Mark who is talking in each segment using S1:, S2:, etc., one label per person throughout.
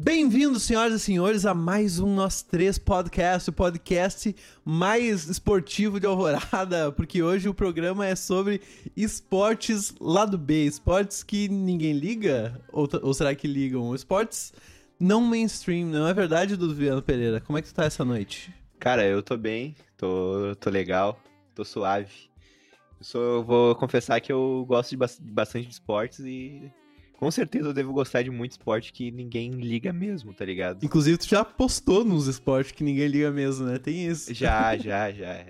S1: Bem-vindos, senhoras e senhores, a mais um Nós Três Podcast, o podcast mais esportivo de Alvorada, porque hoje o programa é sobre esportes lado B, esportes que ninguém liga, ou, ou será que ligam? Esportes não mainstream, não é verdade, Duviano Pereira? Como é que tu tá essa noite?
S2: Cara, eu tô bem, tô, tô legal, tô suave. Eu, sou, eu vou confessar que eu gosto de ba- bastante de esportes e com certeza eu devo gostar de muito esporte que ninguém liga mesmo, tá ligado?
S1: Inclusive, tu já postou nos esportes que ninguém liga mesmo, né? Tem isso.
S2: Já, já, já,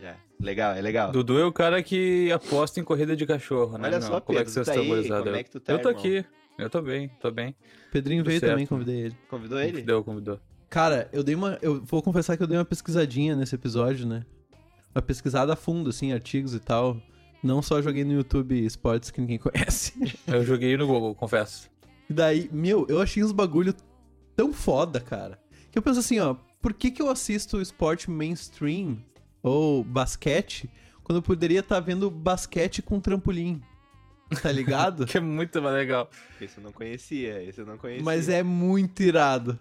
S2: já. Legal, é legal.
S3: Dudu é o cara que aposta em corrida de cachorro, né?
S2: Olha só,
S3: Como
S2: Pedro,
S3: é que vocês
S2: tu tá
S3: estão,
S2: aí?
S3: gurizada?
S2: Como é que tu tá,
S3: Eu tô
S2: irmão?
S3: aqui. Eu tô bem, tô bem.
S1: Pedrinho
S3: Tudo
S1: veio
S3: certo.
S1: também, convidei ele.
S2: Convidou ele?
S3: Convidou, convidou.
S1: Cara, eu dei uma. Eu vou confessar que eu dei uma pesquisadinha nesse episódio, né? Uma pesquisada a fundo, assim, artigos e tal. Não só joguei no YouTube esportes que ninguém conhece.
S3: Eu joguei no Google, confesso.
S1: E daí, meu, eu achei uns bagulho tão foda, cara. Que eu penso assim, ó, por que, que eu assisto esporte mainstream ou basquete quando eu poderia estar vendo basquete com trampolim? Tá ligado?
S3: Que é muito mais legal.
S2: Esse eu não conhecia, esse eu não conhecia.
S1: Mas é muito irado.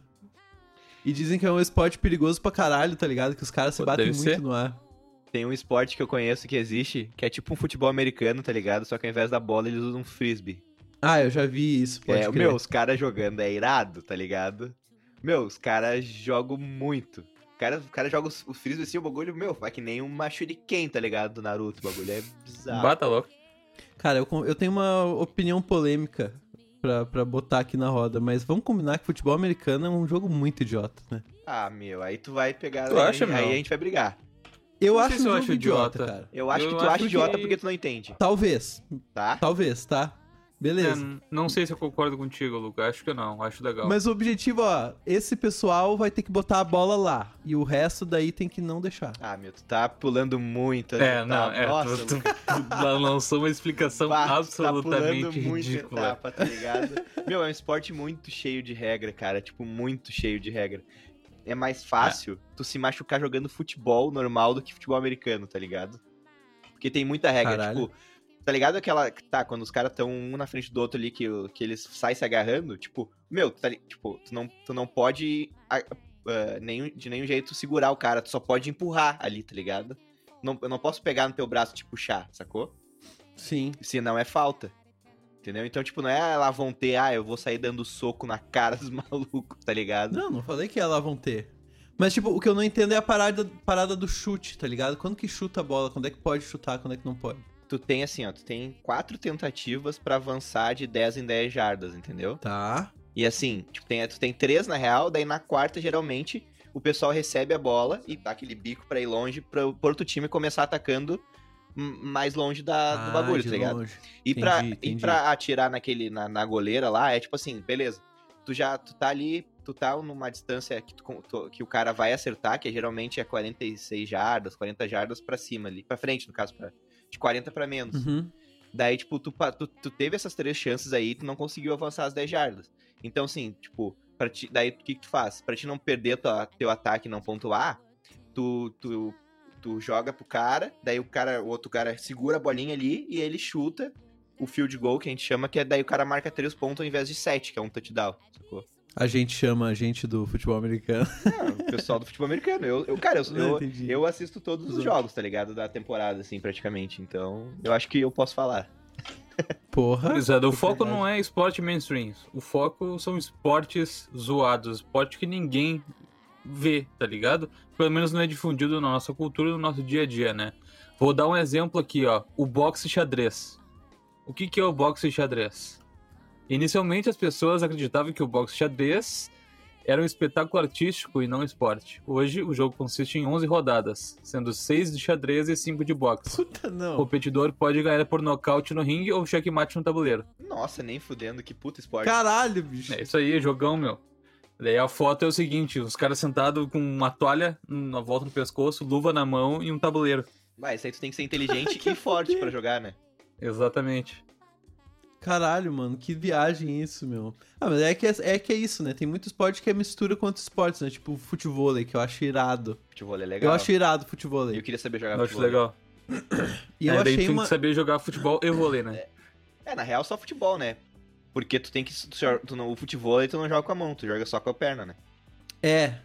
S1: E dizem que é um esporte perigoso pra caralho, tá ligado? Que os caras se
S3: Pô,
S1: batem
S3: deve
S1: muito
S3: ser.
S1: no ar.
S2: Tem um esporte que eu conheço que existe, que é tipo um futebol americano, tá ligado? Só que ao invés da bola eles usam um frisbee.
S1: Ah, eu já vi isso, pode
S2: é,
S1: crer.
S2: meu, os caras jogando é irado, tá ligado? Meu, os caras jogam muito. Os caras cara jogam o frisbee assim, o bagulho, meu, vai que nem um machuriken, tá ligado? Do Naruto, o bagulho é bizarro.
S3: Bata louco.
S1: Cara, eu, con- eu tenho uma opinião polêmica pra, pra botar aqui na roda, mas vamos combinar que futebol americano é um jogo muito idiota, né?
S2: Ah, meu, aí tu vai pegar.
S3: Tu
S2: aí,
S3: acha, meu?
S2: aí a gente vai brigar.
S1: Eu
S3: Não sei
S1: acho
S3: se
S1: um
S3: eu
S1: jogo
S3: acho
S1: idiota,
S3: idiota.
S1: cara.
S2: Eu acho
S3: Eu
S2: que tu
S3: acho
S2: acha idiota
S3: que-
S2: porque tu não entende,
S1: Talvez,
S2: tá?
S1: talvez, tá? Beleza.
S3: É, não sei se eu concordo contigo, Luca. Acho que não, acho legal.
S1: Mas o objetivo, ó, esse pessoal vai ter que botar a bola lá. E o resto daí tem que não deixar.
S2: Ah, meu, tu tá pulando muito. né?
S3: É,
S2: Tu
S3: não,
S2: tá...
S3: é.
S2: Nossa,
S3: tu, tu, tu lançou uma explicação
S2: Bah, tu tá
S3: absolutamente
S2: pulando muito
S3: ridícula.
S2: etapa, tá ligado? Meu, é um esporte muito cheio de regra, cara. Tipo, muito cheio de regra. É mais fácil tu se machucar jogando futebol normal do que futebol americano, tá ligado? Porque tem muita regra,
S1: Caralho.
S2: tipo... Tá ligado aquela... Tá, quando os caras tão um na frente do outro ali, que, o- que eles saem se agarrando, tipo... Meu, tu tá li- tipo, tu não, tu não pode... a- ah, nenhum, de nenhum jeito segurar o cara, tu só pode empurrar ali, tá ligado? Não, eu não posso pegar no teu braço e te puxar, sacou?
S1: Sim.
S2: se não é falta. Entendeu? Então, tipo, não é ah, lá vão ter, ah, eu vou sair dando soco na cara dos malucos, tá ligado?
S1: Não, não falei que elas vão ter. Mas, tipo, o que eu não entendo é a parada, parada do chute, tá ligado? Quando que chuta a bola? Quando é que pode chutar? Quando é que não pode?
S2: Tu tem assim, ó, tu tem quatro tentativas pra avançar de 10 em 10 jardas, entendeu?
S1: Tá.
S2: E assim, tipo, tem, tu tem três na real, daí na quarta, geralmente, o pessoal recebe a bola e dá aquele bico pra ir longe pra, pro outro time começar atacando hum, mais longe da- do bagulho,
S1: de
S2: tá ligado?
S1: longe.
S2: E,
S1: Entendi,
S2: pra, e
S1: entendi.
S2: pra atirar naquele, na, na goleira lá, é tipo assim, beleza. Tu já tu tá ali, tu tá numa distância que, tu con- tu- que o cara vai acertar, que geralmente é 46 jardas, 40 jardas pra cima ali. Pra frente, no caso, pra, de 40 pra menos.
S1: Uhum.
S2: Daí, tipo, tu, pa- tu, tu teve essas três chances aí, tu não conseguiu avançar as 10 jardas. Então, assim, tipo, pra ti, daí o que, que tu faz? Pra ti não perder tua- teu ataque e não pontuar, tu, tu, tu joga pro cara, daí o cara, o outro cara segura a bolinha ali e ele chuta o field goal que a gente chama, que é daí o cara marca três pontos ao invés de sete, que é um touchdown, sacou?
S1: A gente chama a gente do futebol americano.
S2: Não, o pessoal do futebol americano. Eu, eu cara, eu, eu,
S1: Entendi.
S2: eu assisto todos os jogos, tá ligado? Da temporada, assim, praticamente. Então, eu acho que eu posso falar.
S1: Porra.
S3: Gurizada, o
S1: É
S3: foco
S1: verdade.
S3: não é esporte mainstream. O foco são esportes zoados, esporte que ninguém vê, tá ligado? Pelo menos não é difundido na nossa cultura, no nosso dia a dia, né? Vou dar um exemplo aqui, ó. O boxe xadrez. O que, que é o boxe xadrez? Inicialmente as pessoas acreditavam que o boxe xadrez era um espetáculo artístico e não um esporte. Hoje o jogo consiste em 11 rodadas, sendo 6 de xadrez e 5 de boxe.
S1: Puta,
S3: O
S1: não.
S3: competidor pode ganhar por nocaute no ringue ou checkmate no tabuleiro.
S2: Nossa, nem fudendo, que puta esporte.
S1: Caralho, bicho.
S3: É isso aí, jogão, meu. Daí a foto é o seguinte, os caras sentados com uma toalha na volta no pescoço, luva na mão e um tabuleiro.
S2: Vai, isso aí tu tem que ser inteligente e forte pra jogar, né?
S3: Exatamente.
S1: Caralho, mano, que viagem isso, meu. Ah, mas é que é, é que é isso, né? Tem muito esporte que é mistura com outros esportes, né? Tipo futebol, que eu acho irado.
S2: Futebol é legal.
S1: Eu acho irado futebol.
S2: Eu queria saber jogar
S3: Eu acho
S2: futebol.
S3: legal.
S1: E eu
S3: é, daí
S1: achei
S3: tem
S1: uma.
S3: que saber jogar futebol e vôlei, né?
S2: É, na real, só futebol, né? Porque tu tem que. Tu, tu não, o futebol aí tu não joga com a mão, tu joga só com a perna, né?
S1: É,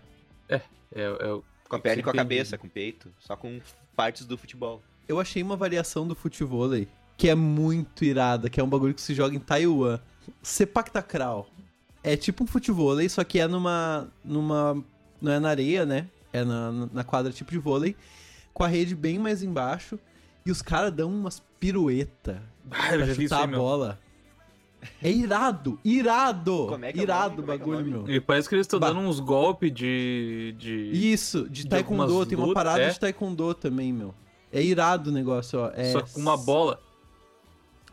S3: É, é-
S2: Com a perna e com a
S3: Entendi.
S2: cabeça, com o peito. Só com partes do futebol.
S1: eu achei uma variação do futebol aí, que é muito irada, que é um bagulho que se joga em Taiwan. Sepak Takraw. É tipo um futebol, só que é numa. numa. Não é na areia, né? É na, na quadra tipo de vôlei, com a rede bem mais embaixo, e os caras dão umas pirueta
S3: Ah, eu
S1: pra
S3: já vi isso
S1: chutar
S3: aí,
S1: a
S3: meu.
S1: bola. É irado, irado!
S2: Como é que é o
S1: irado o
S2: nome? Como é que é o
S1: bagulho,
S2: nome?
S1: meu.
S3: E parece que eles estão
S1: Bah.
S3: dando uns golpes de. de...
S1: Isso, de
S3: De
S1: taekwondo,
S3: algumas
S1: tem uma
S3: lutas,
S1: parada
S3: é.
S1: de taekwondo também, meu. É irado o negócio, ó. É
S3: Só com uma bola.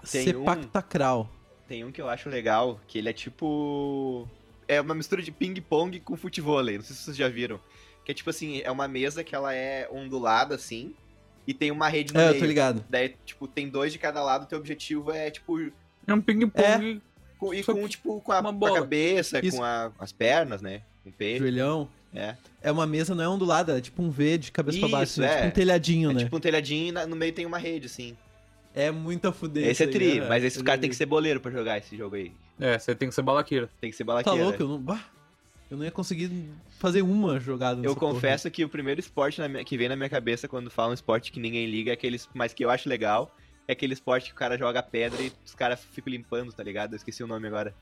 S2: Tem
S1: Sepak
S2: um-
S1: Takraw.
S2: Tem um que eu acho legal, que ele é tipo. É uma mistura de ping-pong com futevôlei. Não sei se vocês já viram. Que é tipo assim, é uma mesa que ela é ondulada, assim, e tem uma rede no
S1: É, eu
S2: meio.
S1: tô ligado.
S2: Daí, tipo, tem dois de cada lado, teu objetivo é, tipo,
S3: É um ping-pong.
S2: com, e
S3: Só
S2: com,
S3: que
S2: tipo, com a,
S3: uma
S2: com a
S3: bola.
S2: cabeça,
S1: Isso.
S2: com a- as pernas, né? Com o peito.
S1: Joelhão.
S2: É.
S1: É uma mesa, não é ondulada, é tipo um V de cabeça pra baixo,
S2: Isso,
S1: né?
S2: é.
S1: tipo um telhadinho,
S2: É
S1: né?
S2: tipo um telhadinho e na- no meio tem uma rede, assim.
S1: É muita fudência. né,
S2: Esse é tri, mas esses
S1: esses
S2: caras tem que ser boleiro pra jogar esse jogo aí.
S3: É, você tem que ser balaqueira.
S2: Tem que ser né?
S1: Tá
S2: balaqueira.
S1: louco? Eu não... Bah, eu não ia conseguir fazer uma jogada
S2: Eu
S1: nessa porra.
S2: confesso que o primeiro esporte na minha- que vem na minha cabeça quando falam esporte que ninguém liga, é aqueles, mas que eu acho legal, é aquele esporte que o cara joga pedra e os caras ficam limpando, tá ligado? Eu esqueci o nome agora.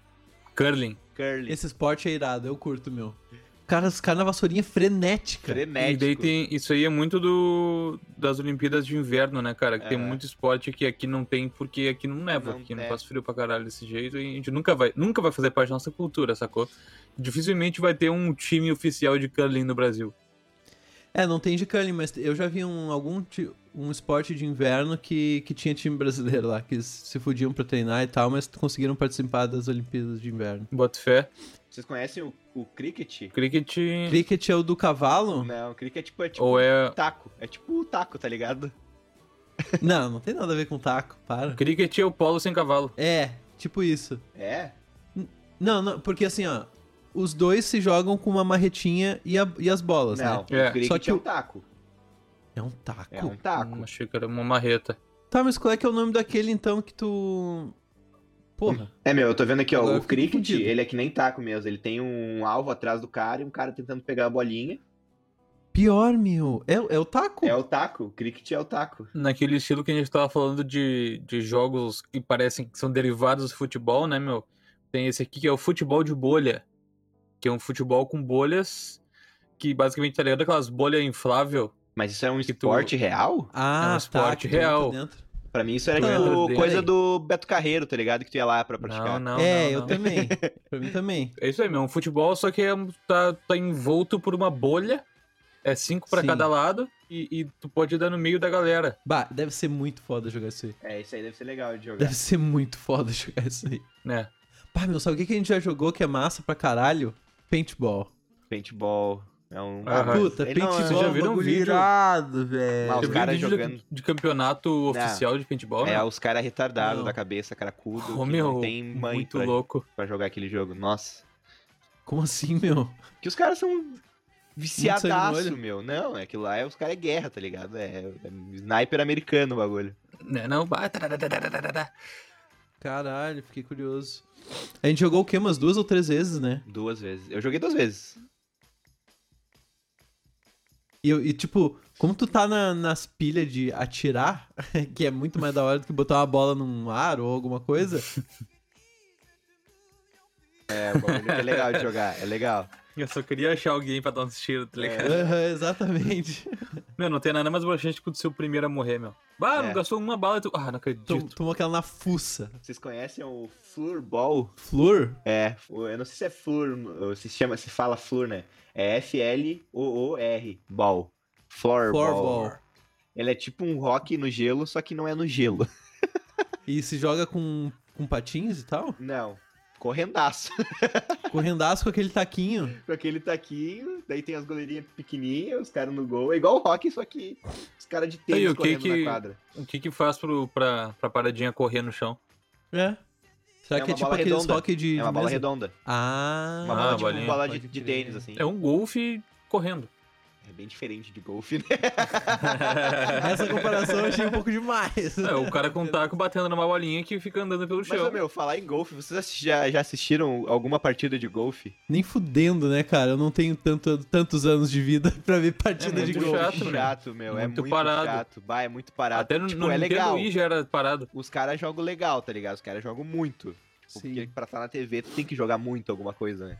S3: Curling.
S2: Curling.
S1: Esse esporte é irado, eu curto, meu. Cara, os caras na vassourinha é frenética.
S3: E daí
S2: Frenético.
S3: tem. Isso aí é muito do das Olimpíadas de Inverno, né, cara? Que tem
S2: É.
S3: muito esporte que aqui não tem, porque aqui não neva,
S2: Não
S3: aqui não
S2: é.
S3: faz frio pra caralho desse jeito, e a gente nunca vai, nunca vai fazer parte da nossa cultura, sacou? Dificilmente vai ter um time oficial de curling no Brasil.
S1: É, não tem de curling, mas eu já vi um, algum ti- um esporte de inverno que, que tinha time brasileiro lá, que se fudiam pra treinar e tal, mas conseguiram participar das Olimpíadas de Inverno.
S3: Bota fé.
S2: Vocês conhecem o, o cricket?
S3: Cricket.
S1: Cricket é o do cavalo?
S2: Não, o cricket é tipo, é tipo
S3: Ou é.
S2: taco. É tipo o taco, tá ligado?
S1: não, não tem nada a ver com taco, para.
S3: Cricket é o polo sem cavalo.
S1: É, tipo isso.
S2: É.
S1: Não, não, porque assim, ó, os dois se jogam com uma marretinha e, a- e as bolas,
S2: Não,
S1: né?
S3: É.
S2: o cricket
S1: Só que
S2: é
S1: o-
S2: um taco.
S1: É um taco.
S2: É um taco.
S3: Uma xícara, uma marreta.
S1: Tá, mas qual é que é o nome daquele então que tu. Porra.
S2: É, meu, eu tô vendo aqui, ó,
S1: Agora eu
S2: o
S1: fiquei
S2: cricket,
S1: confundido.
S2: ele é que nem taco mesmo. Ele tem um alvo atrás do cara e um cara tentando pegar a bolinha.
S1: Pior, meu. É, é o taco?
S2: É o taco, o cricket é o taco.
S3: Naquele estilo que a gente tava falando de, de jogos que parecem que são derivados do futebol, né, meu? Tem esse aqui que é o futebol de bolha. Que é um futebol com bolhas. Que basicamente, tá ligado? Aquelas bolhas inflável.
S2: Mas isso é um
S3: Que tu-
S2: esporte real?
S1: Ah,
S3: É um
S1: tá,
S3: esporte
S1: que tu entra
S3: real.
S1: dentro.
S2: Pra mim isso era
S1: Não,
S2: tipo
S3: peraí.
S2: coisa do Beto Carreiro, tá ligado? Que tu ia lá pra
S3: Não,
S2: praticar.
S3: não,
S1: é,
S3: não,
S1: eu
S3: não.
S1: também. pra mim também.
S3: É isso aí, meu. É um futebol, só que é, um- tá, tá envolto por uma bolha. É cinco pra
S1: Sim.
S3: cada lado. E, e tu pode dar no meio da galera.
S1: Bah, deve ser muito foda jogar isso aí.
S2: É, isso aí deve ser legal de jogar.
S1: Deve ser muito foda jogar isso aí.
S3: Né?
S1: Pá, meu, sabe o que que a gente já jogou que é massa pra caralho? Paintball.
S2: Paintball. É um.
S3: Aham.
S2: mas
S1: Ah, Puta,
S2: ele não é-
S1: paintball
S3: Vocês já
S1: é um
S3: viram um
S1: bagulho
S3: vídeo?
S1: irado, velho.
S2: Ah, os
S3: Eu vi um
S2: caras
S3: vídeo de-
S2: jogando-
S3: de, campeonato oficial de paintball,
S2: É,
S3: né?
S2: os caras retardados
S1: Não.
S2: da cabeça, caracudo.
S3: Ô,
S2: que não
S3: meu,
S2: tem mãe
S3: Muito
S2: pra,
S3: louco.
S2: pra jogar aquele jogo. Nossa.
S1: Como assim, meu?
S2: Que os caras são
S1: sangue no
S2: viciadaço,
S1: olho.
S2: meu. Não, é que lá é, os caras é guerra, tá ligado? É, é sniper americano o bagulho.
S3: Né, não? vai, tarararararara.
S1: Caralho, fiquei curioso. A gente jogou o quê? Umas duas ou três vezes, né?
S2: Duas vezes. Eu joguei duas vezes.
S1: E, eu- e, tipo, como tu tá na- nas pilhas de atirar, que é muito mais da hora do que botar uma bola num ar ou alguma coisa,
S2: É, o bagulho que é legal de jogar, é legal.
S3: Eu só queria achar alguém pra dar uns tiros,
S2: É.
S3: tá ligado?
S1: Aham, exatamente.
S3: Meu, não tem nada mais broxante que o seu primeiro a morrer, meu. Ah, não
S2: É.
S3: gastou uma bala e tu... Ah, não
S1: Tom-
S3: acredito.
S2: Tipo,
S1: Tomou aquela na fuça.
S2: Vocês conhecem o floorball?
S1: Flor?
S2: É, o- eu não sei se é flor, ou se chama, se fala flor, né? É F-L-O-O-R, ball. Floorball.
S1: Floorball.
S2: Ele é tipo um rock no gelo, só que não é no gelo.
S1: E se joga com, com patins e tal?
S2: Não, correndaço.
S1: Correndaço com aquele taquinho.
S2: com aquele taquinho, tá daí tem as goleirinhas pequenininhas, os caras no gol. É igual o rock, só que os caras de
S3: Tá, e
S2: tênis
S3: o que
S2: correndo
S3: que-
S2: na quadra.
S3: O que que faz pro, pra, pra paradinha correr no chão?
S1: É. Será
S2: É
S1: que é
S2: uma
S1: tipo
S2: bola
S1: aqueles
S2: redonda.
S1: hockey de.
S2: É uma
S1: de
S2: bola
S1: mesa?
S2: redonda.
S1: Ah,
S2: Uma bola tipo
S3: bolinha. um
S2: bola de, assim.
S1: pode
S2: de
S1: crer.
S2: tênis, assim.
S3: É um golfe correndo.
S2: É bem diferente de golfe, né?
S1: Essa comparação eu achei um pouco demais.
S3: É, o cara com um taco batendo numa bolinha que fica andando pelo
S2: Mas, ô,
S3: chão.
S2: meu, é falar em golfe, vocês assi- já, já assistiram alguma partida de golfe?
S1: Nem fudendo, né, cara? Eu não tenho tanto, tantos anos de vida pra ver partida
S3: É
S1: de
S3: muito
S1: golfe.
S3: chato,
S2: muito
S3: né?
S2: chato, meu. É
S3: Muito
S2: muito
S3: parado.
S2: chato. Bah, é muito parado.
S3: Até no,
S2: tipo,
S3: no
S2: é
S3: Nintendo
S2: legal.
S3: Wii já era parado.
S2: Os caras jogam legal, tá ligado? Os caras jogam muito. Tipo,
S1: Sim.
S3: né?
S2: Porque pra estar na TV, tu tem que jogar muito alguma coisa, né?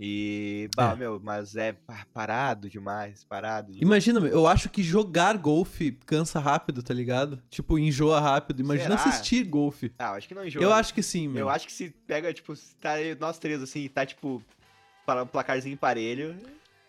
S2: E, bah,
S1: É.
S2: meu, mas é pá, parado demais, parado. demais.
S1: Imagina, meu, eu acho que jogar golfe cansa rápido, tá ligado? Tipo, enjoa rápido. Imagina
S2: Será?
S1: assistir golfe.
S2: Ah, eu acho que não enjoa.
S1: Eu
S2: né?
S1: acho que sim, meu.
S2: Eu acho que se pega, tipo, se tá aí nós três, assim, e tá, tipo, para um placarzinho parelho.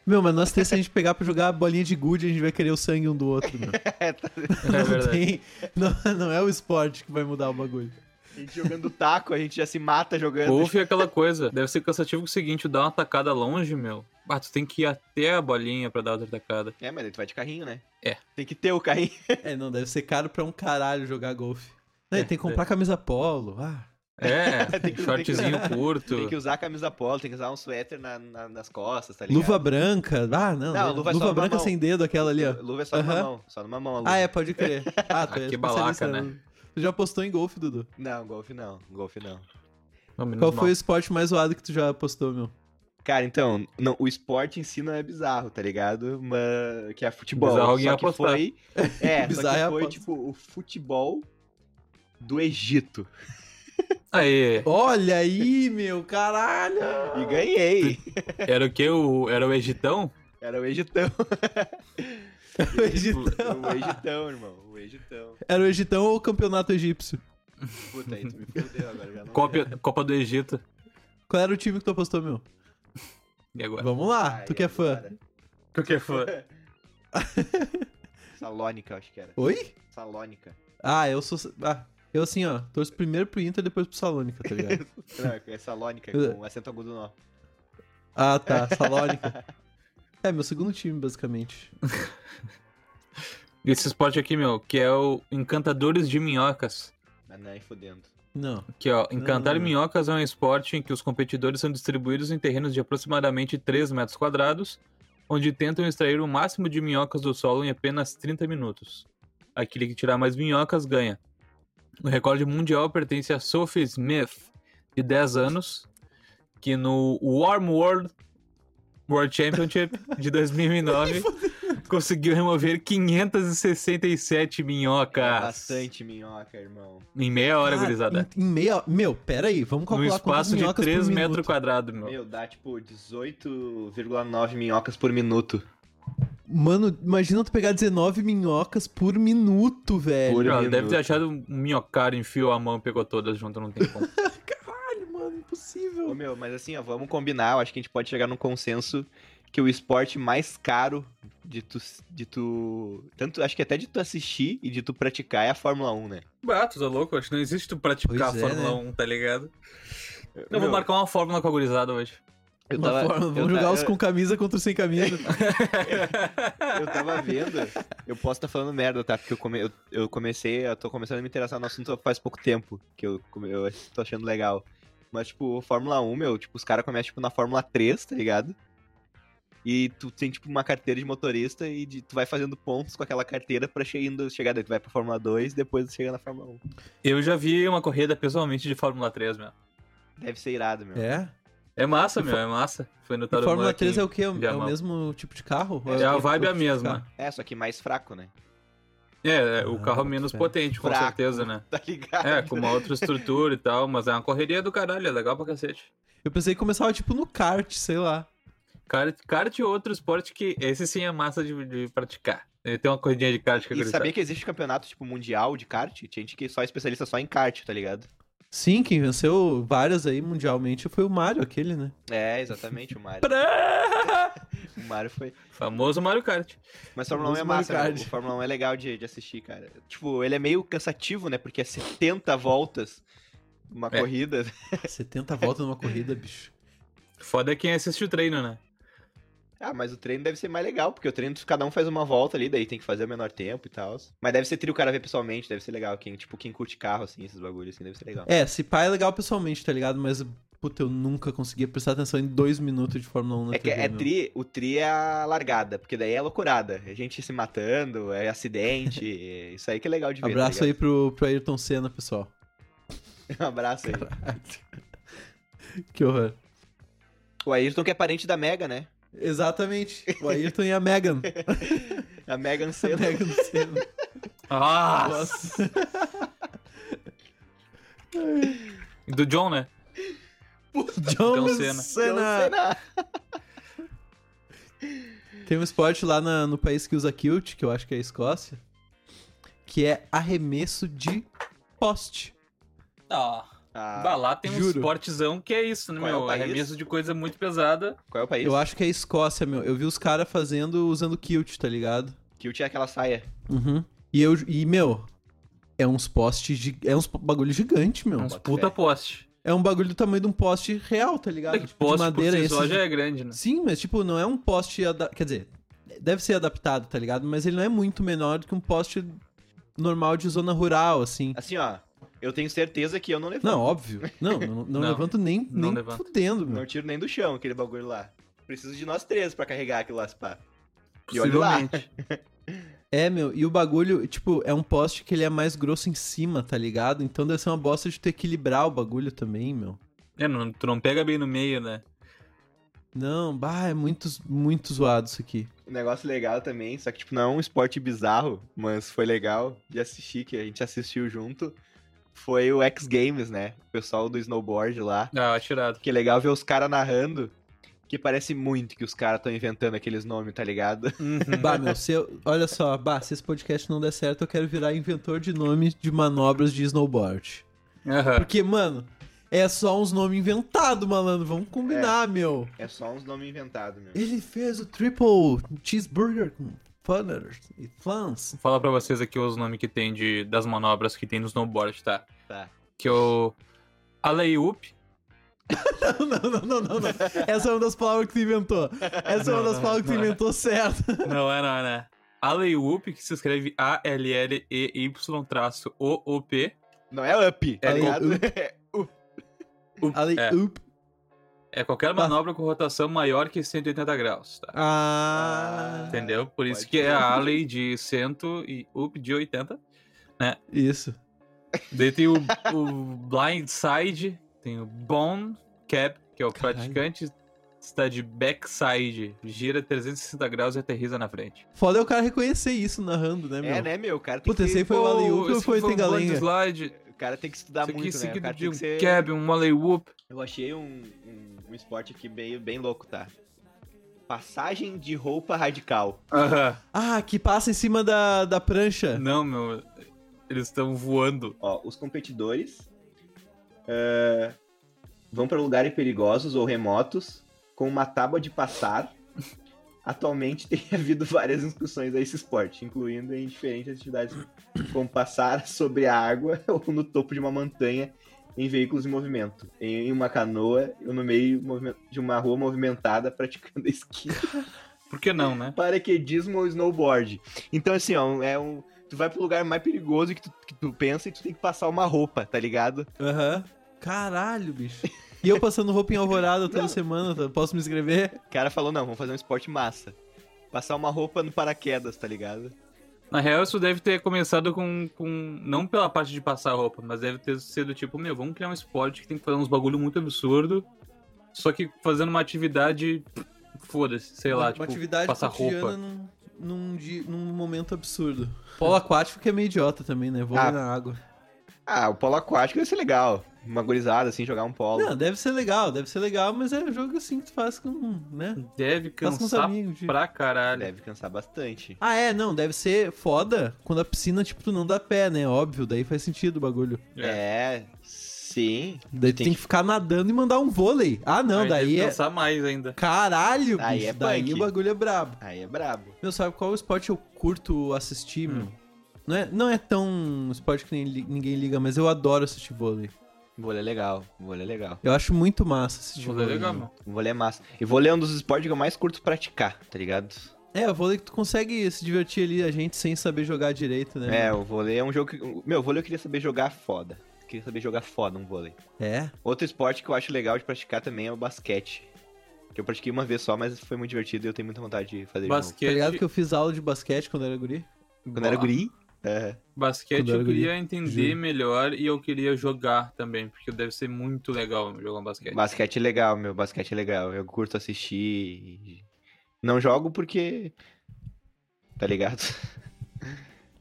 S1: Meu, mas nós três, se a gente pegar pra jogar a bolinha de gude, a gente vai querer o sangue um do outro, meu.
S2: É, tá,
S3: É
S1: Não,
S3: verdade.
S1: tem, não, não é o esporte que vai mudar o bagulho.
S2: a gente jogando taco, a gente já se mata jogando.
S3: Golfe é aquela coisa. Deve ser cansativo que o seguinte, dar uma tacada longe, meu. Ah, tu tem que ir até a bolinha pra dar outra tacada.
S2: É, mas aí tu vai de carrinho, né?
S3: É.
S2: Tem que ter o carrinho.
S1: É, não, deve ser caro pra um caralho jogar golfe. Né,
S3: É,
S1: tem que comprar camisa polo. Ah,
S3: É,
S2: Tem que-
S3: shortzinho curto.
S2: Tem que usar a camisa polo, tem que usar um suéter na- na- nas costas, tá ligado?
S1: luva branca. Ah, não.
S2: Não,
S1: né?
S2: luva
S1: luva
S2: é só numa
S1: branca
S2: mão.
S1: sem dedo, aquela ali, ó.
S2: Luva é só numa
S1: Aham.
S2: mão, só numa mão a luva.
S1: Ah, é, pode crer. Ah, tu
S3: Ah,
S1: é
S3: que
S1: especialista,
S3: balaca, né?
S1: Tu já apostou em golfe, Dudu?
S2: Não, golfe não, golfe não.
S3: Não, menos
S1: Qual
S3: mal.
S1: foi o esporte mais zoado que tu já apostou, meu?
S2: Cara, então, não, o esporte em si não é bizarro, tá ligado? Mas, que é futebol.
S3: Bizarro alguém
S2: só que
S3: apostar.
S2: foi, é,
S1: Bizarro
S2: só
S1: é
S2: que foi
S1: apostar.
S2: tipo o futebol do Egito.
S3: Aê,
S1: Olha aí, meu, caralho!
S2: E ganhei.
S3: era o que? O, era o Egitão?
S2: Era o Egitão.
S1: O Egitão.
S2: Tipo, o Egitão, irmão. O Egitão.
S1: Era o Egitão ou o campeonato egípcio?
S2: Puta, aí tu me fudeu agora. Já não
S3: Copa, Copa do Egito.
S1: Qual era o time que tu apostou, meu?
S3: E agora?
S1: Vamos lá,
S2: Ai,
S1: tu que é fã.
S2: agora.
S3: Tu que é fã?
S2: Salônica, eu acho que era.
S1: Oi?
S2: Salônica.
S1: Ah, eu sou. Ah, eu assim, ó, torço primeiro pro Inter, depois pro Salônica, tá ligado?
S2: Não, é Salônica, com acento agudo nó.
S1: Ah, tá, Salônica. É, meu segundo time, basicamente.
S3: Esse esporte aqui, meu, que é o Encantadores de Minhocas.
S2: Ah, não, e fudendo.
S1: Não.
S3: Que, ó, encantar
S1: Hum.
S3: minhocas é um esporte em que os competidores são distribuídos em terrenos de aproximadamente 3 metros quadrados, onde tentam extrair o máximo de minhocas do solo em apenas 30 minutos. Aquele que tirar mais minhocas ganha. O recorde mundial pertence a Sophie Smith, de 10 anos, que no Warm World World Championship de 2009 conseguiu remover 567 minhocas.
S2: Bastante minhoca, irmão.
S3: Em meia hora,
S1: É Ah,
S3: gurizada.
S1: Em, em meia. Meu, pera aí, vamos
S3: No
S1: calcular quantas
S3: espaço de
S1: minhocas
S3: 3
S1: por minuto.
S3: metros quadrados, meu.
S2: Meu, dá tipo 18,9 minhocas por minuto.
S1: Mano, imagina tu pegar 19 minhocas por minuto, velho.
S2: Por
S3: Cara, deve
S2: minuto.
S3: ter achado um minhocário, enfiou a mão e pegou todas junto, não tem como.
S1: Caralho, mano,
S2: Ô,
S1: impossível.
S2: meu, mas assim, ó, vamos combinar. Eu acho que a gente pode chegar num consenso que o esporte mais caro de tu, de tu. Tanto, acho que até de tu assistir e de tu praticar é a Fórmula 1, né?
S3: bah, tu tá louco? Acho que não existe tu praticar
S1: Pois é,
S3: a Fórmula
S1: né?
S3: 1, tá ligado? Eu
S2: Meu,
S3: vou marcar uma fórmula com a gurizada hoje.
S2: eu
S1: Uma
S2: tava,
S1: forma,
S2: eu
S1: vamos
S2: ta-
S1: jogar os
S2: eu-
S1: com camisa contra os sem camisa.
S2: Eu tava vendo, eu posso estar falando merda, tá? Porque eu, come- eu, eu comecei, eu tô começando a me interessar no assunto faz pouco tempo, que eu, come- eu tô achando legal. Mas, tipo, Fórmula 1, meu, tipo, os caras começam, tipo, na Fórmula 3, tá ligado? E tu tem, tipo, uma carteira de motorista e de- tu vai fazendo pontos com aquela carteira pra che- indo- chegar daí. Tu vai pra Fórmula 2 depois tu chega na Fórmula 1.
S3: Eu já vi uma corrida pessoalmente de Fórmula 3, meu.
S2: Deve ser irado, meu.
S1: é?
S3: É massa,
S1: E
S3: meu, é massa. Foi no
S1: E Fórmula 3 é o quê? É
S3: de
S1: o
S3: Amão.
S1: mesmo tipo de carro? Ou
S3: É a
S1: outro
S3: vibe é a
S1: tipo de
S3: mesma.
S1: carro?
S2: É, só que mais fraco, né?
S3: É, é o
S1: Ah,
S3: carro
S1: bota
S3: menos
S1: fé.
S3: potente, com
S2: Fraco.
S3: certeza, né?
S2: Tá ligado?
S3: É, com uma outra estrutura e tal, mas é uma correria do caralho, é legal pra cacete.
S1: Eu pensei que começava tipo no kart, sei lá.
S3: Kart, kart é outro esporte que esse sim é massa de, de praticar. Ele Tem uma corridinha de kart que tá? a
S2: E
S3: gurizada.
S2: sabia que existe campeonato, tipo, mundial de kart? Tinha gente que só é especialista só em kart, tá ligado?
S1: Sim, quem venceu várias aí mundialmente foi o Mario, aquele, né?
S2: É, exatamente, o Mario. o Mario foi.
S3: Famoso Mario Kart.
S2: Mas Fórmula 1 é
S1: Famoso Mario
S2: massa, né?
S1: Kart.
S2: O Fórmula 1 é legal de, de assistir, cara. Tipo, ele é meio cansativo, né? Porque é 70 voltas uma
S3: É.
S2: corrida.
S1: 70 voltas numa corrida, bicho.
S3: Foda é quem assiste o treino, né?
S2: Ah, mas o treino deve ser mais legal, porque o treino cada um faz uma volta ali, daí tem que fazer o menor tempo e tal. Mas deve ser trio o cara ver pessoalmente, deve ser legal. Quem, tipo, quem curte carro, assim, esses bagulhos, assim, deve ser legal.
S1: É, se pá é legal é pessoalmente, tá ligado? Mas Puta, eu nunca conseguia prestar atenção em dois minutos de Fórmula 1 na
S2: É que
S1: TV,
S2: é
S1: meu.
S2: tri, o tri é a largada, porque daí é loucurada. É gente se matando, é acidente. é isso aí que é legal de ver. tá
S1: Abraço
S2: ligado?
S1: aí pro, pro Ayrton Senna, pessoal.
S2: Um abraço aí.
S1: Que horror.
S2: O Ayrton que é parente da Mega, né?
S1: Exatamente. O Ayrton e a Megan.
S2: A Megan
S1: A
S2: Senna.
S1: Megan Senna.
S3: Ah!
S1: Nossa.
S3: Do John, né?
S1: John
S3: John Cena.
S1: Senna.
S2: Senna.
S1: Tem um esporte lá na- no país que usa kilt, que eu acho que é a Escócia, que é arremesso de poste.
S3: Ah.
S2: Ah,
S3: Bah, lá tem um
S1: Juro.
S3: esportezão que é isso, né,
S2: Qual é o
S3: meu?
S2: país?
S3: Arremesso de coisa muito pesada.
S2: qual é o país?
S1: Eu acho que é a Escócia, meu. Eu vi os caras fazendo usando kilt, tá ligado?
S2: Que eu tinha aquela saia.
S1: Uhum. E eu e meu, é uns postes gi- é uns bagulho gigante, meu.
S3: É uns
S2: boto
S3: puta
S2: fé.
S3: poste.
S1: É um bagulho do tamanho de um poste real, tá ligado?
S3: É que poste por si
S1: esses
S3: só
S1: de-
S3: já é grande, né?
S1: Sim, mas tipo, não é um poste. ada- Quer dizer, deve ser adaptado, tá ligado? Mas ele não é muito menor do que um poste normal de zona rural, assim.
S2: Assim, ó. Eu tenho certeza que eu não levanto.
S1: Não, óbvio. Não, não, não, levanto nem,
S3: não
S1: nem
S3: levanta.
S1: fudendo, meu.
S2: Não tiro nem do chão aquele bagulho lá. Preciso de nós três pra carregar aquilo lá, se pá. E olha lá.
S3: Possivelmente.
S1: É, meu, e o bagulho, tipo, é um poste que ele é mais grosso em cima, tá ligado? Então deve ser uma bosta de tu equilibrar o bagulho também, meu.
S3: É, não, tu não pega bem no meio, né?
S1: Não, bah, é muito, muito zoado isso aqui.
S2: Um negócio legal também, só que, tipo, não é um esporte bizarro, mas foi legal de assistir, que a gente assistiu junto. Foi o X Games, né? O pessoal do snowboard lá.
S3: Ah, atirado.
S2: Que é legal ver os caras narrando, que parece muito que os caras estão inventando aqueles nomes, tá ligado?
S3: Uhum.
S1: Bah, meu, se eu, olha só, bah, se esse podcast não der certo, eu quero virar inventor de nome de manobras de snowboard.
S3: Aham.
S1: Porque, mano, é só uns nomes inventados, malandro. Vamos combinar, meu.
S2: É só uns nomes inventados, meu.
S1: Ele fez o triple cheeseburger com funners e flans.
S3: Vou falar pra vocês aqui os nomes que tem de, das manobras que tem no snowboard, tá?
S2: Tá.
S3: Que é o Alley-oop,
S1: Não, não, não, não, não. Essa é uma das palavras que tu inventou. Essa é uma
S3: Não,
S1: das
S3: não,
S1: palavras que tu
S3: não.
S1: inventou certa.
S3: Não é, não é, né? Alley-oop, que se escreve A-L-L-E-Y-O-O-P.
S2: Não é up, tá
S1: É,
S2: ligado?
S1: up. Ali,
S3: É.
S1: up.
S3: É qualquer
S1: Tá.
S3: manobra com rotação maior que 180 graus, tá?
S1: Ah.
S3: Entendeu? Por isso
S2: pode
S3: que é
S2: crer.
S3: a alley de 100 e up de 80.
S1: Isso.
S3: Daí tem o, o blind side, tem o bone cap, que é o
S1: Caralho.
S3: praticante, está de backside, gira 360 graus e aterriza na frente.
S1: Foda é o cara reconhecer isso narrando, né, meu?
S2: É, né, meu? O cara tem
S1: Puta,
S2: que...
S1: esse aí foi o
S3: Pô,
S1: Alley-oop ou
S3: esse
S1: foi o
S3: um blind
S1: Tengalenga?
S3: slide,
S2: O cara tem que estudar
S3: isso aqui
S2: muito, né? O
S3: seguido
S2: cara
S3: de
S2: tem
S3: um
S2: que ser...
S3: cab, um alley whoop.
S2: Eu achei um, um, um esporte aqui bem, bem louco, tá? Passagem de roupa radical.
S3: Aham.
S1: Ah, que passa em cima da, da prancha.
S3: Não, meu. Eles estão voando.
S2: Ó, os competidores eh, vão para lugares perigosos ou remotos com uma tábua de passar. Atualmente tem havido várias inscrições a esse esporte, incluindo em diferentes atividades como passar sobre a água ou no topo de uma montanha em veículos em movimento, em uma canoa ou no meio movime- de uma rua movimentada praticando esqui.
S3: Por que não, né?
S2: paraquedismo ou snowboard. Então, assim, ó, é um. Tu vai pro lugar mais perigoso que tu, que tu pensa e tu tem que passar uma roupa, tá ligado?
S1: Aham. Caralho, bicho. E eu passando roupa em alvorada toda
S2: Não.
S1: semana, tá? posso me inscrever?
S2: O cara falou, não, vamos fazer um esporte massa. Passar uma roupa no paraquedas, tá ligado?
S3: Na real, isso deve ter começado com, com. Não pela parte de passar roupa, mas deve ter sido tipo, meu, vamos criar um esporte que tem que fazer uns bagulho muito absurdo. Só que fazendo uma atividade. Foda-se, sei lá,
S1: uma,
S3: tipo,
S1: uma atividade
S3: passar
S1: cotidiana
S3: roupa.
S1: Num, num, di- num momento absurdo. Polo aquático que é meio idiota também, né? Vou
S2: Ah,
S1: na água.
S2: Ah, o polo aquático deve ser legal. Uma gurizada, assim, jogar um polo.
S1: Não, deve ser legal, deve ser legal, mas é um jogo assim que tu faz com, né?
S3: Deve
S1: Faz com os
S3: cansar
S1: amigos. de-
S3: pra caralho.
S2: Deve cansar bastante.
S1: Ah, é, não, deve ser foda quando a piscina, tipo, tu não dá pé, né? Óbvio, daí faz sentido o bagulho.
S3: É.
S2: É, sim.
S1: Daí tu tem,
S2: Tem
S1: que ficar nadando e mandar um vôlei. Ah, não,
S3: Aí
S1: daí
S3: deve
S1: é...
S3: cansar mais ainda.
S1: Caralho, bicho,
S2: Aí é
S1: daí
S2: punk.
S1: o bagulho é brabo.
S2: Aí é brabo.
S1: Meu, sabe qual esporte eu curto assistir,
S3: Hum.
S1: meu? Não é, não é tão esporte que nem li- ninguém liga, mas eu adoro assistir vôlei.
S2: Vôlei é legal, vôlei é legal.
S1: Eu acho muito massa assistir
S3: Tipo, é
S1: vôlei.
S3: legal,
S1: meu.
S3: mano.
S2: Vôlei é massa. E vôlei é um dos esportes que eu mais curto praticar, tá ligado?
S1: É, o vôlei que tu consegue se divertir ali, a gente sem saber jogar direito, né?
S2: É, o vôlei é um jogo que... Meu, vôlei eu queria saber jogar foda. que saber jogar foda um vôlei.
S1: É?
S2: Outro esporte que eu acho legal de praticar também é o basquete. Que eu pratiquei uma vez só, mas foi muito divertido e eu tenho muita vontade de fazer de novo.
S1: Tá ligado
S3: Basquete,
S1: que eu fiz aula de basquete quando era guri?
S2: Quando era guri, é,
S3: basquete
S1: Quando era
S3: eu queria
S1: juro.
S3: entender melhor e eu queria jogar também, porque deve ser muito legal jogar um basquete.
S2: basquete é legal, meu, basquete é legal. Eu curto assistir. e Não jogo porque. Tá ligado?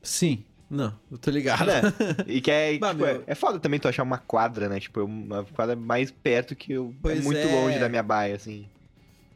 S1: Sim. Não, eu tô ligado.
S2: Né? E que é,
S1: Bah,
S2: tipo, é-
S1: meu.
S2: é foda também tu achar uma quadra, né? Tipo, uma quadra mais perto que eu.
S1: Pois
S2: é muito
S1: é.
S2: longe da minha baia, assim.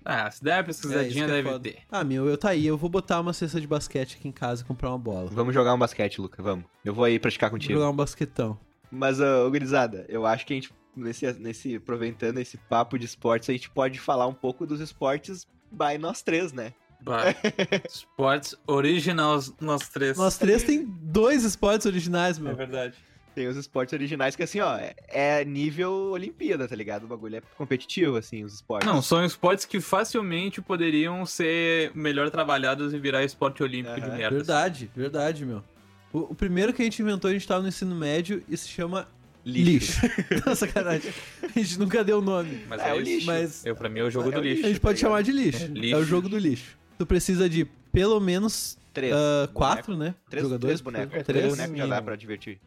S3: Ah, se der uma
S1: É, isso que
S3: pesquisadinha,
S1: é
S3: deve
S1: foda.
S3: ter.
S1: Ah, meu, eu tá aí. Eu vou botar uma cesta de basquete aqui em casa e comprar uma bola.
S2: Vamos jogar um basquete, Luca, vamos. Eu vou aí praticar contigo.
S1: Jogar um basquetão.
S2: Mas, ô, ô, gurizada, eu acho que a gente, nesse, nesse, aproveitando esse papo de esportes, a gente pode falar um pouco dos esportes by nós três, né?
S3: Bah, Esportes originais, nós três.
S1: Nós três tem dois esportes originais,
S3: É
S1: meu.
S3: verdade.
S2: Tem os esportes originais que, assim, ó, é- é nível Olimpíada, tá ligado? O bagulho é competitivo, assim, os esportes.
S3: Não, são esportes que facilmente poderiam ser melhor trabalhados e virar esporte olímpico de
S2: Aham.
S3: merda.
S1: Verdade, verdade, meu. O, o primeiro que a gente inventou, a gente tava no ensino médio e se chama
S2: lixo.
S1: lixo. Não, sacanagem. A gente nunca deu nome.
S3: Mas
S2: É,
S3: é,
S2: o
S3: isso.
S2: lixo.
S1: Mas
S3: Eu, pra mim é o jogo
S2: É
S3: do
S2: o
S1: a
S3: lixo.
S1: gente pode
S2: tá
S1: chamar de lixo.
S3: lixo.
S1: É o jogo do lixo. Tu precisa de pelo menos
S2: Três.
S1: ah,
S2: boneco.
S1: quatro, né?
S2: Três,
S1: jogadores. é
S2: três bonecos.
S1: Três,
S2: Três, bonecos já dá
S1: mínimo.
S2: pra divertir.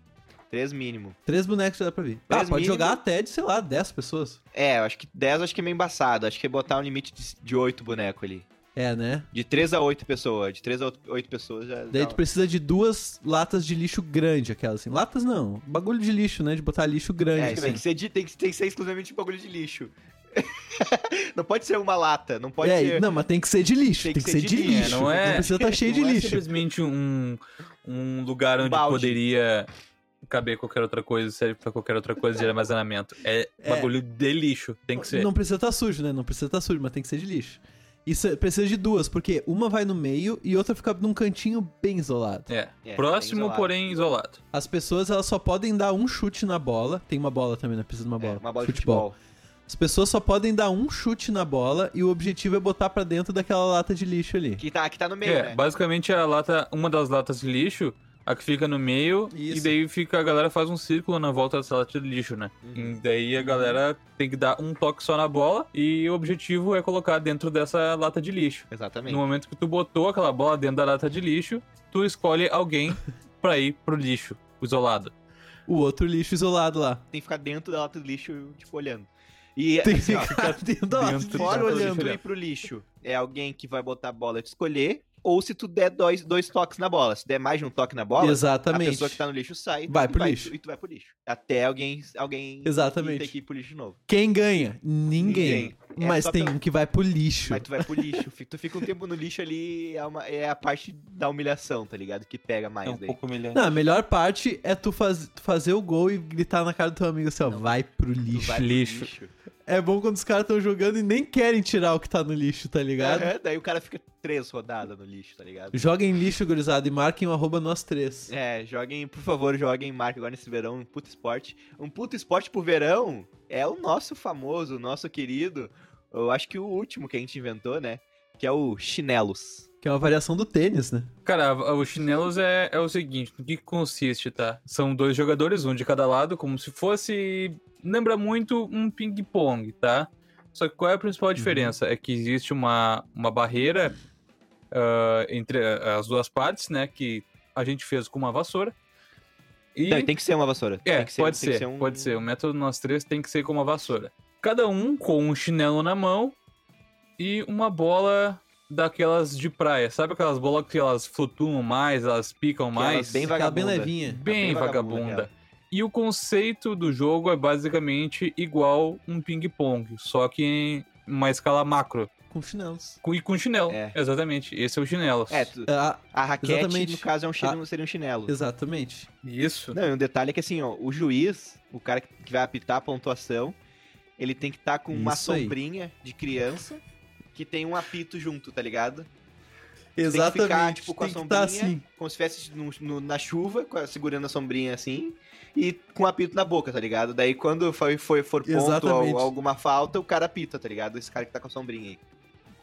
S2: Três mínimo.
S1: Três bonecos já dá pra vir. Ah,
S2: Três
S1: pode
S2: mínimo.
S1: jogar até de, sei lá, dez pessoas.
S2: É, eu acho que dez eu acho que é meio embaçado. Acho que é botar um limite de- de oito bonecos ali.
S1: É, né?
S2: De três a oito pessoas. De três a oito- oito pessoas já.
S1: Daí
S2: dá
S1: tu
S2: um-
S1: precisa de duas latas de lixo grande, aquelas assim. Latas não, bagulho de lixo, né? De botar lixo
S2: É,
S1: grande.
S2: isso tem,
S1: assim.
S2: que ser de- tem, que, tem que ser exclusivamente de bagulho de lixo. não pode ser uma lata, não pode
S1: É,
S2: ser.
S1: não, mas tem que ser de lixo. Tem que, ser, de lixo.
S3: É, não é-
S1: precisa estar cheio de
S3: Não é
S1: lixo.
S3: simplesmente um, um lugar onde
S2: Balde.
S3: poderia caber qualquer outra coisa, serve pra qualquer outra coisa de armazenamento. É,
S1: É.
S3: bagulho de lixo, tem que ser.
S1: Não precisa estar sujo, né? Não precisa estar sujo, mas tem que ser de lixo. Isso é- precisa de duas, porque uma vai no meio e outra fica num cantinho bem isolado.
S3: É.
S2: É,
S3: Próximo,
S2: é isolado.
S3: porém isolado.
S1: As pessoas elas só podem dar um chute na bola. Tem uma bola também, né? Precisa de uma
S2: É,
S1: bola.
S2: uma bola de futebol.
S1: As pessoas só podem dar um chute na bola e o objetivo é botar pra dentro daquela lata de lixo ali.
S2: Que tá, que tá no meio,
S3: É,
S2: né?
S3: basicamente a lata, uma das latas de lixo, a que fica no meio,
S1: Isso.
S3: e daí fica, a galera faz um círculo na volta dessa lata de lixo, né?
S2: Uhum.
S3: E daí a galera tem que dar um toque só na bola e o objetivo é colocar dentro dessa lata de lixo.
S2: Exatamente.
S3: No momento que tu botou aquela bola dentro da lata de lixo, tu escolhe alguém pra ir pro lixo isolado.
S1: O outro lixo isolado lá.
S2: Tem que ficar dentro da lata do lixo, tipo, olhando. E
S1: Tem que
S2: assim, ó,
S1: ficar dentro da lata de
S3: dentro
S1: fora
S2: fora
S3: da lata de
S1: olhando.
S2: olhando e pro lixo. É alguém que vai botar a bola e te escolher, ou se tu der dois, dois toques na bola. Se der mais de um toque na bola, a
S1: Exatamente.
S2: pessoa que tá no lixo sai e tu-
S1: Vai
S2: e
S1: pro lixo.
S2: E tu vai pro lixo. Até alguém. alguém
S1: Exatamente.
S2: Tem que ir pro lixo de novo.
S1: Quem ganha? Ninguém.
S2: Ninguém. É
S1: Mas
S2: só
S1: tem
S2: pelo-
S1: um que vai pro lixo.
S2: Mas tu vai pro lixo. fi- Tu fica um tempo no lixo ali, é, uma- é a parte da humilhação, tá ligado? Que pega
S3: É
S2: mais
S3: um
S2: daí.
S3: humilhante.
S1: Não, a melhor parte é tu, faz- tu fazer o gol e gritar na cara do teu amigo assim, ó, vai pro
S2: Tu
S1: lixo.
S2: vai pro
S3: lixo. tá
S1: É bom quando os caras estão jogando e nem querem tirar o que tá no lixo, tá ligado?
S2: Aham, daí o cara fica três rodadas no lixo, tá ligado?
S1: Joguem lixo, gurizada, e marquem o arroba nós três.
S2: É, joguem, por favor, joguem, marca agora nesse verão um puto esporte. Um puto esporte pro verão é o nosso famoso, o nosso querido, eu acho que o último que a gente inventou, né? Que é o chinelos.
S1: Que é uma variação do tênis, né?
S3: Cara, a- o chinelos é, é o seguinte, no que que consiste, tá? São dois jogadores, um de cada lado, como se fosse... Lembra muito um ping-pong, tá? Só que qual é a principal diferença? É que existe uma, uma barreira ah, entre a- as duas partes, né? Que a gente fez com uma vassoura. E...
S2: Não, e tem que ser uma vassoura.
S3: É,
S2: tem que ser,
S3: pode,
S2: tem
S3: ser,
S2: que ser um-
S3: pode ser. O método nós três tem que ser com uma vassoura. Cada um com um chinelo na mão e uma bola daquelas de praia. Sabe aquelas bolas que elas flutuam mais, elas picam
S2: elas
S3: mais?
S2: bem
S1: Aquela bem
S2: vagabunda.
S1: levinha.
S3: Bem
S2: bem vagabunda é.
S3: vagabunda.
S2: aquela.
S3: E o conceito do jogo é basicamente igual um ping-pong, só que em uma escala macro.
S1: Com chinelos.
S3: Com- E com chinelo.
S2: É.
S3: Exatamente. Esse é o chinelo.
S2: É, tu-
S1: Ah,
S2: a raquete,
S1: Exatamente.
S2: no caso, é um chinelo, seria um chinelo.
S1: exatamente.
S3: Isso.
S2: Não, e um detalhe é que assim, ó, o juiz, o cara que vai apitar a pontuação, ele tem que estar com uma
S1: Isso aí.
S2: sombrinha de criança que tem um apito junto, tá ligado?
S1: Exatamente.
S2: Tem que ficar, tipo, com a
S1: tá
S2: sombrinha,
S1: assim.
S2: como se estivesse no- no- na chuva, com a- segurando a sombrinha assim, e com o apito na boca, tá ligado? Daí quando foi, foi, for ponto
S1: Exatamente.
S2: ou alguma falta, o cara apita, tá ligado? Esse cara que tá com a sombrinha aí.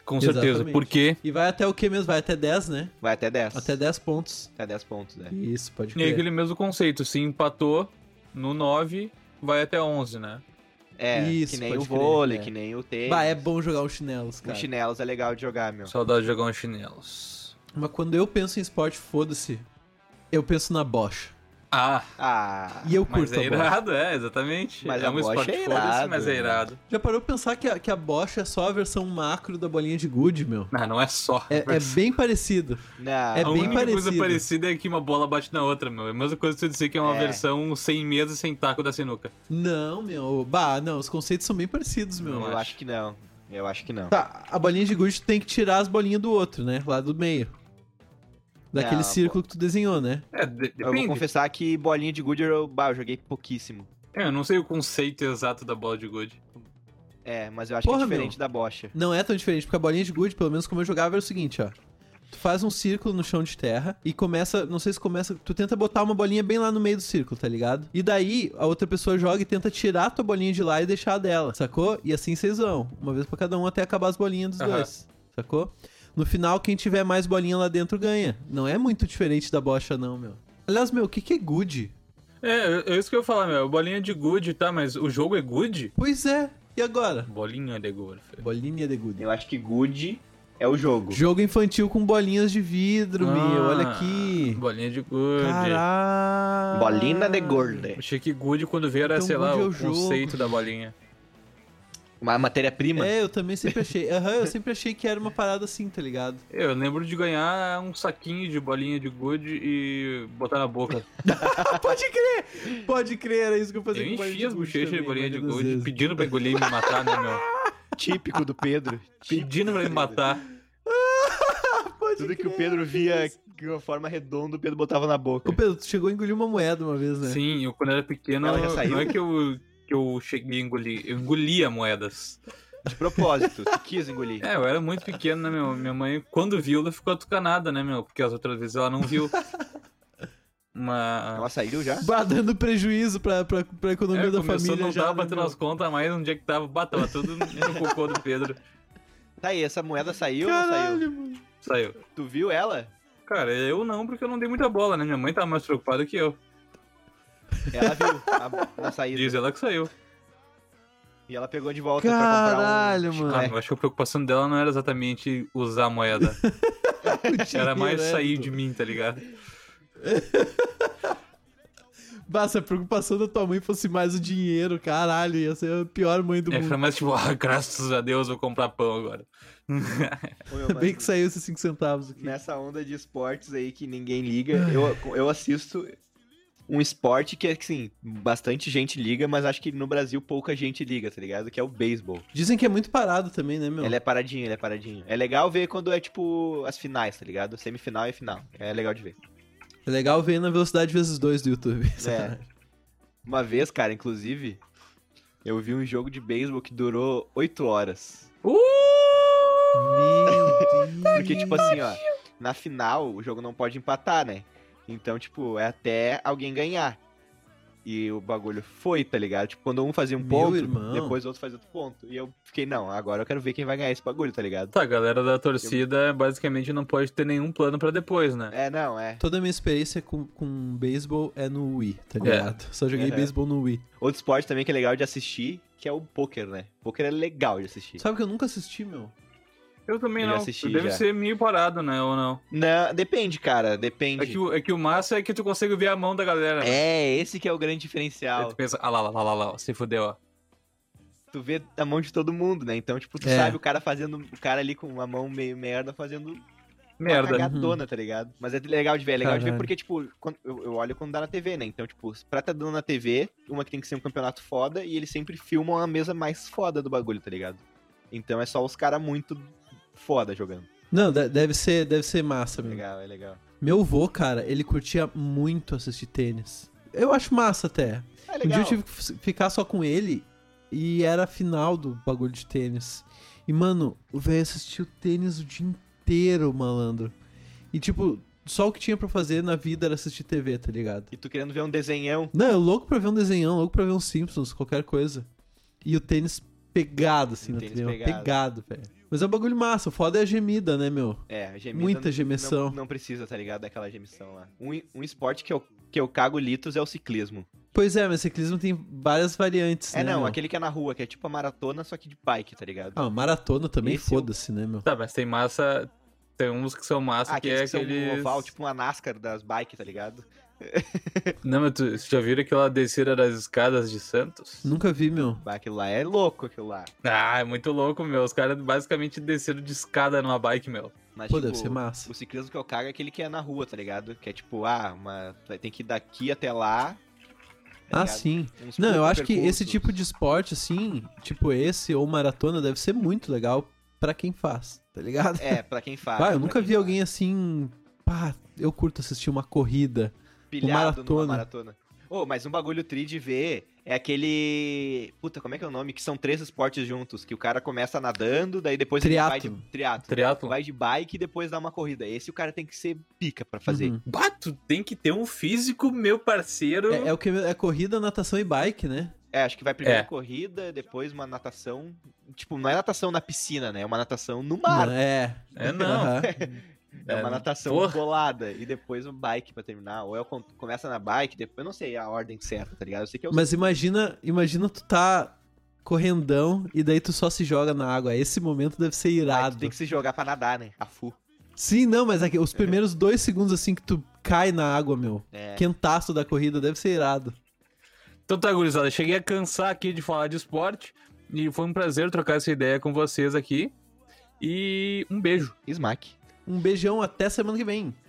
S3: Com certeza.
S1: Exatamente.
S3: Porque
S1: E vai até o que mesmo? Vai até 10, né?
S2: Vai até 10.
S1: Até 10 pontos.
S2: Até 10 pontos, né?
S1: Isso, pode
S3: é
S1: crer.
S3: aquele mesmo conceito. Se empatou, no 9 vai até 11, né?
S2: É,
S1: Isso,
S2: que nem o
S1: pode crer,
S2: vôlei,
S1: é.
S2: que nem o tênis.
S1: Bah, é bom jogar os chinelos,
S2: O
S1: cara.
S2: chinelos é legal de jogar, meu.
S3: Saudade de jogar uns chinelos.
S1: Mas quando eu penso em esporte, foda-se. Eu penso na bocha.
S3: Ah,
S2: Ah,
S1: E eu
S3: mas
S1: curto
S3: é
S1: a bocha.
S3: irado, é, exatamente.
S2: Mas
S3: é
S2: a
S3: um
S2: bocha
S3: esporte
S2: é
S3: foda-se,
S2: irado,
S3: mas é
S2: né?
S3: irado.
S1: Já parou pra pensar que a, que a bocha é só a versão macro da bolinha de gude, meu?
S3: Não, não é só.
S1: É, é bem parecido.
S2: não.
S1: é
S3: a
S1: bem
S3: única
S1: parecido.
S3: coisa parecida é que uma bola bate na outra, meu. É a mesma coisa que tu dizer que é uma
S2: É.
S3: versão sem mesa, sem taco da sinuca.
S1: Não, meu. Bah, não, os conceitos são bem parecidos, meu.
S3: Não
S2: Eu
S3: acho.
S2: acho que não. Eu acho que não.
S1: Tá, a bolinha de gude tu tem que tirar as bolinhas do outro, né? Lá do meio. Daquele
S3: Ah,
S2: Não,
S1: círculo que tu desenhou, né?
S3: É, de-
S2: Eu vou
S3: depende.
S2: confessar que bolinha de Goodyear eu, bah, eu joguei pouquíssimo.
S3: É, eu não sei o conceito exato da bola de gude.
S2: É, mas eu acho que
S1: Porra,
S2: é diferente
S1: meu.
S2: da bocha.
S1: Não é tão diferente, porque a bolinha de gude, pelo menos como eu jogava, era o seguinte, ó. Tu faz um círculo no chão de terra e começa, não sei se começa, tu tenta botar uma bolinha bem lá no meio do círculo, tá ligado? E daí a outra pessoa joga e tenta tirar a tua bolinha de lá e deixar a dela, sacou? E assim vocês vão, uma vez pra cada um até acabar as bolinhas dos
S3: Aham.
S1: dois, sacou? No final, quem tiver mais bolinha lá dentro ganha. Não é muito diferente da bocha, não, meu. Aliás, meu, o que, que é good?
S3: É, é isso que eu ia falar, meu. Bolinha de gude, tá? Mas o jogo é gude?
S1: Pois é, e agora?
S3: Bolinha de gude. filho.
S1: Bolinha de good.
S2: Eu acho que Good é o jogo.
S1: Jogo infantil com bolinhas de vidro, meu,
S3: Ah,
S1: olha aqui.
S3: Bolinha de gude.
S2: Ah.
S1: Caralho.
S2: Bolina de Gorda.
S3: Achei que gude quando veio era,
S1: Então,
S3: sei lá,
S1: gude é
S3: o,
S1: o jogo.
S3: conceito da bolinha.
S2: Uma matéria-prima.
S1: É, eu também sempre achei. Aham, eu sempre achei que era uma parada assim, tá ligado?
S3: Eu lembro de ganhar um saquinho de bolinha de gude e botar na boca.
S1: Ah, Pode crer! Pode crer, era isso que eu fazia
S3: Eu
S1: com bolinha
S3: enchi as
S1: gude
S3: bochechas de
S1: também,
S3: bolinha de
S1: maioria das
S3: gude,
S1: vezes.
S3: pedindo pra engolir e me matar, né, meu?
S2: É Típico do Pedro.
S3: Pedindo pra me matar.
S1: Pode
S2: Tudo que
S1: crer,
S2: o Pedro
S1: que
S2: via
S1: isso.
S2: de uma forma redonda, o Pedro botava na boca.
S1: Ô, Pedro, tu chegou a engolir uma moeda uma vez, né?
S3: Sim, eu quando era pequeno,
S2: Ela já saiu?
S3: não é que eu, que eu cheguei a engolir, eu engolia moedas.
S2: De propósito, tu quis engolir.
S3: É, eu era muito pequeno, né, meu? Minha mãe, quando viu, ela ficou atucanada, né, meu? Porque as outras vezes ela não viu. Mas.
S2: Ela saiu já?
S1: Bah, dando prejuízo pra, pra, pra economia
S3: É,
S1: da
S3: começou,
S1: família
S3: não
S1: já.
S3: tava
S1: né,
S3: batendo
S1: meu?
S3: as contas mais onde é que tava. Bah, tava tudo no cocô do Pedro.
S2: Tá aí, essa moeda saiu ou não saiu?
S1: Caralho, mano.
S3: Saiu.
S2: Tu viu ela?
S3: Cara, eu não, porque eu não dei muita bola, né? Minha mãe tava mais preocupada que eu.
S2: Ela viu a- na saída.
S3: Diz ela que saiu.
S2: E ela pegou de volta
S1: Caralho,
S2: pra comprar um
S1: mano.
S3: Ah,
S2: chiclete.
S3: eu acho que a preocupação dela não era exatamente usar a moeda. Era mais sair de mim, tá ligado?
S1: Bah, se a preocupação da tua mãe fosse mais o dinheiro, caralho, ia ser a pior mãe do
S3: É,
S1: mundo.
S3: foi mais tipo, ah, graças a Deus, vou comprar pão agora.
S2: Ô, meu,
S1: Ainda bem
S2: mas
S1: que saiu esses 5 centavos aqui.
S2: Nessa onda de esportes aí que ninguém liga, eu, eu assisto um esporte que, assim, bastante gente liga, mas acho que no Brasil pouca gente liga, tá ligado? Que é o beisebol.
S1: Dizem que é muito parado também, né, meu?
S2: Ele é paradinho, ele é paradinho. É legal ver quando é, tipo, as finais, tá ligado? Semifinal e final. É legal de ver.
S1: É legal ver na velocidade vezes 2 do YouTube.
S2: É. Uma vez, cara, inclusive, eu vi um jogo de beisebol que durou 8 horas.
S3: Uh!
S1: Meu Deus.
S2: Porque, tipo assim, ó, na final o jogo não pode empatar, né? Então, tipo, é até alguém ganhar. E o bagulho foi, tá ligado? Tipo, quando um fazia um
S1: Meu
S2: ponto,
S1: irmão.
S2: depois o outro fazia outro ponto. E eu fiquei, não, agora eu quero ver quem vai ganhar esse bagulho, tá ligado?
S3: Tá, a galera da torcida basicamente não pode ter nenhum plano pra depois, né?
S2: É, não, é.
S1: assim, Toda a minha experiência com, com beisebol é no Wii, tá ligado? Só joguei
S2: Uhum.
S1: beisebol no Wii.
S2: Outro esporte também que é legal de assistir, que é o poker, né? Poker é legal de assistir.
S1: Sabe que eu nunca assisti, meu?
S3: Eu também
S2: Eu já
S3: não.
S2: assisti,
S3: Deve
S2: já.
S3: ser meio parado, né? Ou não?
S2: Não, depende, cara, depende.
S3: É que, o- é que o massa é que tu consegue ver a mão da galera. né?
S2: É, esse que é o grande
S3: Aí
S2: diferencial.
S3: tu pensa, ah lá, lá, lá, lá, lá, ó, se fudeu, ó.
S2: tu vê a mão de todo mundo, né? Então, tipo, tu
S1: É.
S2: sabe o cara fazendo. O cara ali com uma mão meio merda fazendo Uma
S3: Merda.
S2: cagadona, tá ligado? Mas é legal de ver, é legal de ver
S1: Uhum. Caralho.
S2: porque, tipo, quando- eu, eu olho quando dá na TV, né? Então, tipo, pra tá dando na TV, uma que tem que ser um campeonato foda, e eles sempre filmam a mesa mais foda do bagulho, tá ligado? Então é só os caras muito foda jogando.
S1: Não, de- deve ser, deve ser massa,
S2: É
S1: meu.
S2: Legal, é legal.
S1: Meu avô, cara, ele curtia muito assistir tênis. Eu acho massa até.
S2: É
S1: Um dia eu
S2: legal.
S1: tive que f- ficar só com ele e era a final do bagulho de tênis. E, mano, o velho assistiu tênis o dia inteiro, malandro. E, tipo, só o que tinha pra fazer na vida era assistir TV, tá ligado?
S2: E tu querendo ver um desenhão.
S1: Não, eu louco pra ver um desenhão, louco pra ver um Simpsons, qualquer coisa. E o tênis pegado, assim,
S2: O
S1: na
S2: tênis
S1: TV,
S2: pegado.
S1: pegado, velho. Mas é um bagulho massa, o foda é a gemida, né, meu?
S2: É, gemida.
S1: Muita
S2: não-
S1: gemessão.
S2: Não, não precisa, tá ligado? Daquela gemição lá. Um, um esporte que eu, que eu cago litos é o ciclismo.
S1: Pois é, mas ciclismo tem várias variantes,
S2: É,
S1: né?
S2: não,
S1: meu?
S2: aquele que é na rua, que é tipo a maratona, só que de bike, tá ligado?
S1: Ah, maratona também,
S2: Esse é eu-
S1: foda-se, né, meu?
S3: Tá, mas tem massa. Tem uns que são
S2: Ah,
S3: massa que
S2: aqueles
S3: é
S2: que são um
S3: aqueles.
S2: oval, tipo uma NASCAR das bikes, tá ligado?
S3: Não, mas tu, vocês já viram aquela descida das escadas de Santos?
S1: Nunca vi, meu.
S2: Bah, aquilo lá é louco, aquilo lá.
S3: Ah, é muito louco, meu. Os caras basicamente desceram de escada numa bike, meu.
S2: Mas,
S1: Pô,
S2: tipo,
S1: deve ser massa.
S2: o ciclismo que eu cago é aquele que é na rua, tá ligado? Que é tipo, ah, uma... vai- tem que ir daqui até lá. tá
S1: Ah,
S2: ligado?
S1: sim.
S2: uns
S1: Não, eu
S2: poucos
S1: acho que esse
S2: percursos.
S1: tipo de esporte, assim, tipo esse ou maratona, deve ser muito legal pra quem faz, tá ligado?
S2: É, pra quem faz.
S1: Vai, eu
S2: pra
S1: nunca
S2: quem
S1: vi
S2: faz.
S1: alguém assim. Pá, eu curto assistir uma corrida.
S2: pilhado
S1: maratona.
S2: numa maratona. Ô, mas um bagulho tri de ver é aquele. Puta, como é que é o nome? Que são três esportes juntos. Que o cara começa nadando, daí depois ele vai de
S1: Triatlo.
S2: triato.
S3: Triatlo.
S2: Vai de bike e depois dá uma corrida. Esse o cara tem que ser pica pra fazer.
S1: Uhum.
S3: Bah, tu tem que ter um físico, meu parceiro.
S1: É, é o que é corrida, natação e bike, né?
S2: É, acho que vai primeiro
S3: É.
S2: corrida, depois uma natação. Tipo, não é natação na piscina, né? É uma natação no mar.
S1: Não, é.
S3: É, não.
S1: Aham.
S2: É uma natação
S3: porra.
S2: bolada. E depois um bike pra terminar. Ou é o con- começa na bike, depois. Eu não sei a ordem certa, tá ligado? Eu sei que é o
S1: Mas imagina, imagina tu tá correndão e daí tu só se joga na água. Esse momento deve ser
S2: Ah, tu
S1: irado.
S2: tem que se jogar pra nadar, né? A fu.
S1: Sim, não, mas aqui, os primeiros dois segundos assim que tu cai na água, meu.
S2: É.
S1: Quentaço da corrida, deve ser irado.
S3: Então tá, gurizada, cheguei a cansar aqui de falar de esporte e foi um prazer trocar essa ideia com vocês aqui. E um beijo.
S2: Smack.
S1: Um beijão, até semana que vem.